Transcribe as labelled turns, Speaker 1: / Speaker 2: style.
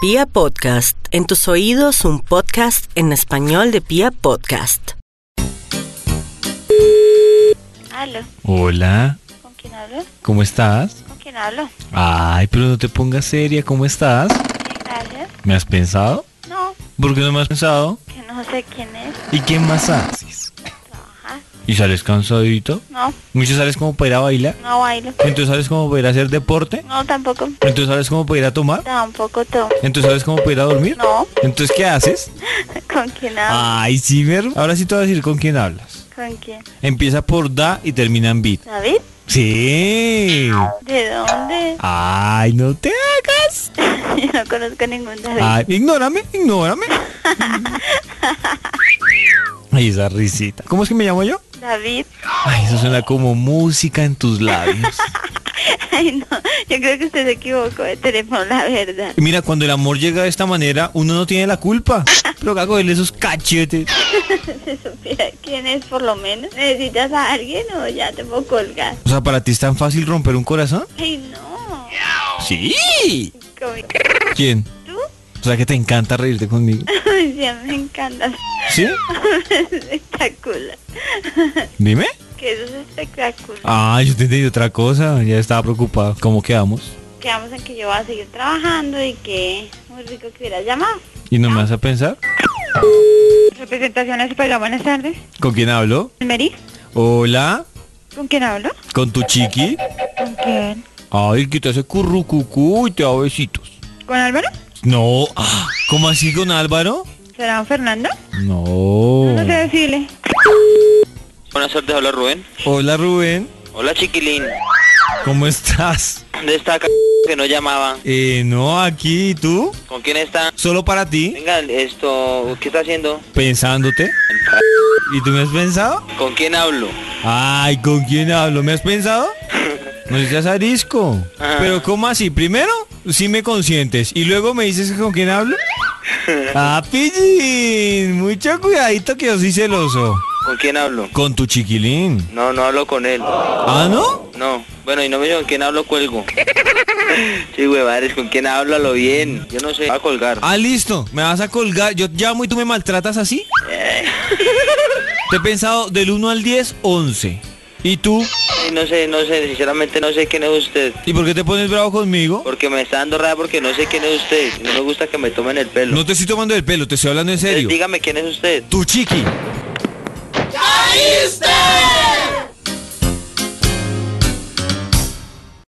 Speaker 1: Pia Podcast, en tus oídos un podcast en español de Pia Podcast.
Speaker 2: Aló,
Speaker 3: Hola,
Speaker 2: ¿con quién hablo?
Speaker 3: ¿cómo estás?
Speaker 2: ¿Con quién hablo?
Speaker 3: Ay, pero no te pongas seria, ¿cómo estás?
Speaker 2: Bien, gracias.
Speaker 3: ¿Me has pensado?
Speaker 2: No,
Speaker 3: ¿Por qué no me has pensado?
Speaker 2: que no sé quién es.
Speaker 3: ¿Y qué más haces?
Speaker 2: Trabaja.
Speaker 3: ¿Y sales cansadito?
Speaker 2: No,
Speaker 3: ¿Mucho sales como para ir a bailar?
Speaker 2: no bailo.
Speaker 3: ¿Entonces sales como para ir a hacer deporte?
Speaker 2: No, tampoco.
Speaker 3: ¿Entonces sales como para ir a tomar?
Speaker 2: Tampoco tú.
Speaker 3: ¿Entonces sales como para ir a dormir?
Speaker 2: No,
Speaker 3: ¿Entonces qué haces?
Speaker 2: ¿con quién hablo?
Speaker 3: Ay, sí, ver. Ahora sí te voy a decir con quién hablas.
Speaker 2: ¿Con quién?
Speaker 3: Empieza por da y termina en bit.
Speaker 2: ¿David?
Speaker 3: Sí.
Speaker 2: ¿De dónde?
Speaker 3: Ay, no te hagas.
Speaker 2: Yo no conozco ningún David.
Speaker 3: Ay, ignórame, ignórame. Ay, esa risita. ¿Cómo es que me llamo yo?
Speaker 2: ¿David?
Speaker 3: Ay, eso suena como música en tus labios.
Speaker 2: Ay, no, yo creo que usted se equivocó de teléfono, la verdad.
Speaker 3: Y Mira, cuando el amor llega de esta manera, uno no tiene la culpa. Pero cago él esos cachetes.
Speaker 2: Si supiera quién es, por lo menos. ¿Necesitas a alguien o ya te puedo colgar?
Speaker 3: O sea, ¿para ti es tan fácil romper un corazón?
Speaker 2: Ay, no.
Speaker 3: Sí.
Speaker 2: ¿Cómo-
Speaker 3: ¿Quién?
Speaker 2: ¿Tú?
Speaker 3: O sea, que te encanta reírte conmigo.
Speaker 2: Ay, sí, me encanta.
Speaker 3: ¿Sí?
Speaker 2: espectacular.
Speaker 3: Dime.
Speaker 2: que eso es espectacular.
Speaker 3: Ah, yo te entendí otra cosa. Ya estaba preocupado. ¿Cómo quedamos?
Speaker 2: Quedamos en que yo voy a seguir trabajando y que muy rico que hubieras llamado.
Speaker 3: ¿Y no me vas a pensar?
Speaker 2: Representaciones Pega, buenas tardes.
Speaker 3: ¿Con quién hablo?
Speaker 2: Mary,
Speaker 3: Hola.
Speaker 2: ¿con quién hablo?
Speaker 3: ¿Con tu chiqui?
Speaker 2: ¿Con quién?
Speaker 3: Ay, que te hace currucucú y te da besitos.
Speaker 2: ¿Con Álvaro?
Speaker 3: No, ah, ¿cómo así con Álvaro?
Speaker 2: ¿Será un Fernando?
Speaker 3: No.
Speaker 2: No sé decirle.
Speaker 4: Buenas tardes, habla Rubén.
Speaker 3: Hola Rubén,
Speaker 4: Hola, chiquilín.
Speaker 3: ¿cómo estás?
Speaker 4: ¿Dónde está c- que no llamaba?
Speaker 3: Eh, no, aquí, ¿y tú?
Speaker 4: ¿Con quién está?
Speaker 3: Solo para ti,
Speaker 4: Venga, esto, ¿qué está haciendo?
Speaker 3: pensándote. ¿Y tú me has pensado?
Speaker 4: ¿Con quién hablo?
Speaker 3: Ay, ¿con quién hablo? ¿Me has pensado? No seas arisco.
Speaker 4: Ah.
Speaker 3: Pero ¿cómo así? Primero, si me consientes y luego me dices que con quién hablo. Ah, pillín, mucho cuidadito que yo soy celoso.
Speaker 4: ¿Con quién hablo?
Speaker 3: Con tu chiquilín.
Speaker 4: No, no hablo con él.
Speaker 3: ¿Ah, no?
Speaker 4: No. Bueno, y no me digo con quién hablo, cuelgo. sí, huevares, ¿con quién hablo? Hablo bien. Yo no sé. Va a colgar.
Speaker 3: Ah, listo. Me vas a colgar. Yo llamo y tú me maltratas así. Te he pensado del 1 al 10, 11. ¿Y tú?
Speaker 4: Sí, no sé, no sé, sinceramente no sé quién es usted.
Speaker 3: ¿Y por qué te pones bravo conmigo?
Speaker 4: Porque me está dando rabia porque no sé quién es usted. No me gusta que me tomen el pelo. Eh,
Speaker 3: No te estoy tomando el pelo, te estoy hablando en
Speaker 4: Entonces,
Speaker 3: serio.
Speaker 4: dígame quién es usted.
Speaker 3: Tu chiqui.